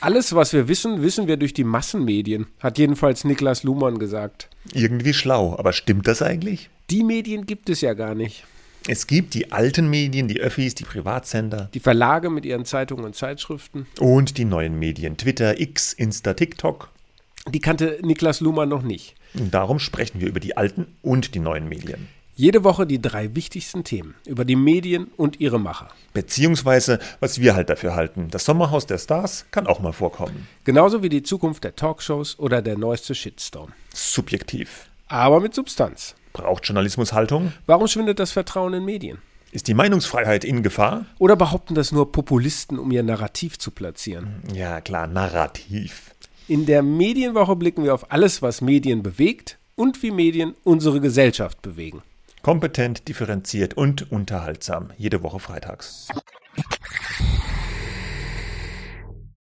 Alles, was wir wissen, wissen wir durch die Massenmedien, hat jedenfalls Niklas Luhmann gesagt. Irgendwie schlau, aber stimmt das eigentlich? Die Medien gibt es ja gar nicht. Es gibt die alten Medien, die Öffis, die Privatsender Die Verlage mit ihren Zeitungen und Zeitschriften, und die neuen Medien. Twitter, X, Insta, TikTok. die kannte Niklas Luhmann noch nicht. Und darum sprechen wir über die alten und die neuen Medien. Jede Woche die drei wichtigsten Themen über die Medien und ihre Macher. Beziehungsweise, was wir halt dafür halten. Das Sommerhaus der Stars kann auch mal vorkommen. Genauso wie die Zukunft der Talkshows oder der neueste Shitstorm. Subjektiv. Aber mit Substanz. Braucht Journalismus Haltung? Warum schwindet das Vertrauen in Medien? Ist die Meinungsfreiheit in Gefahr? Oder behaupten das nur Populisten, um ihr Narrativ zu platzieren? Ja, klar, narrativ. In der Medienwoche blicken wir auf alles, was Medien bewegt und wie Medien unsere Gesellschaft bewegen. Kompetent, differenziert und unterhaltsam. Jede Woche freitags.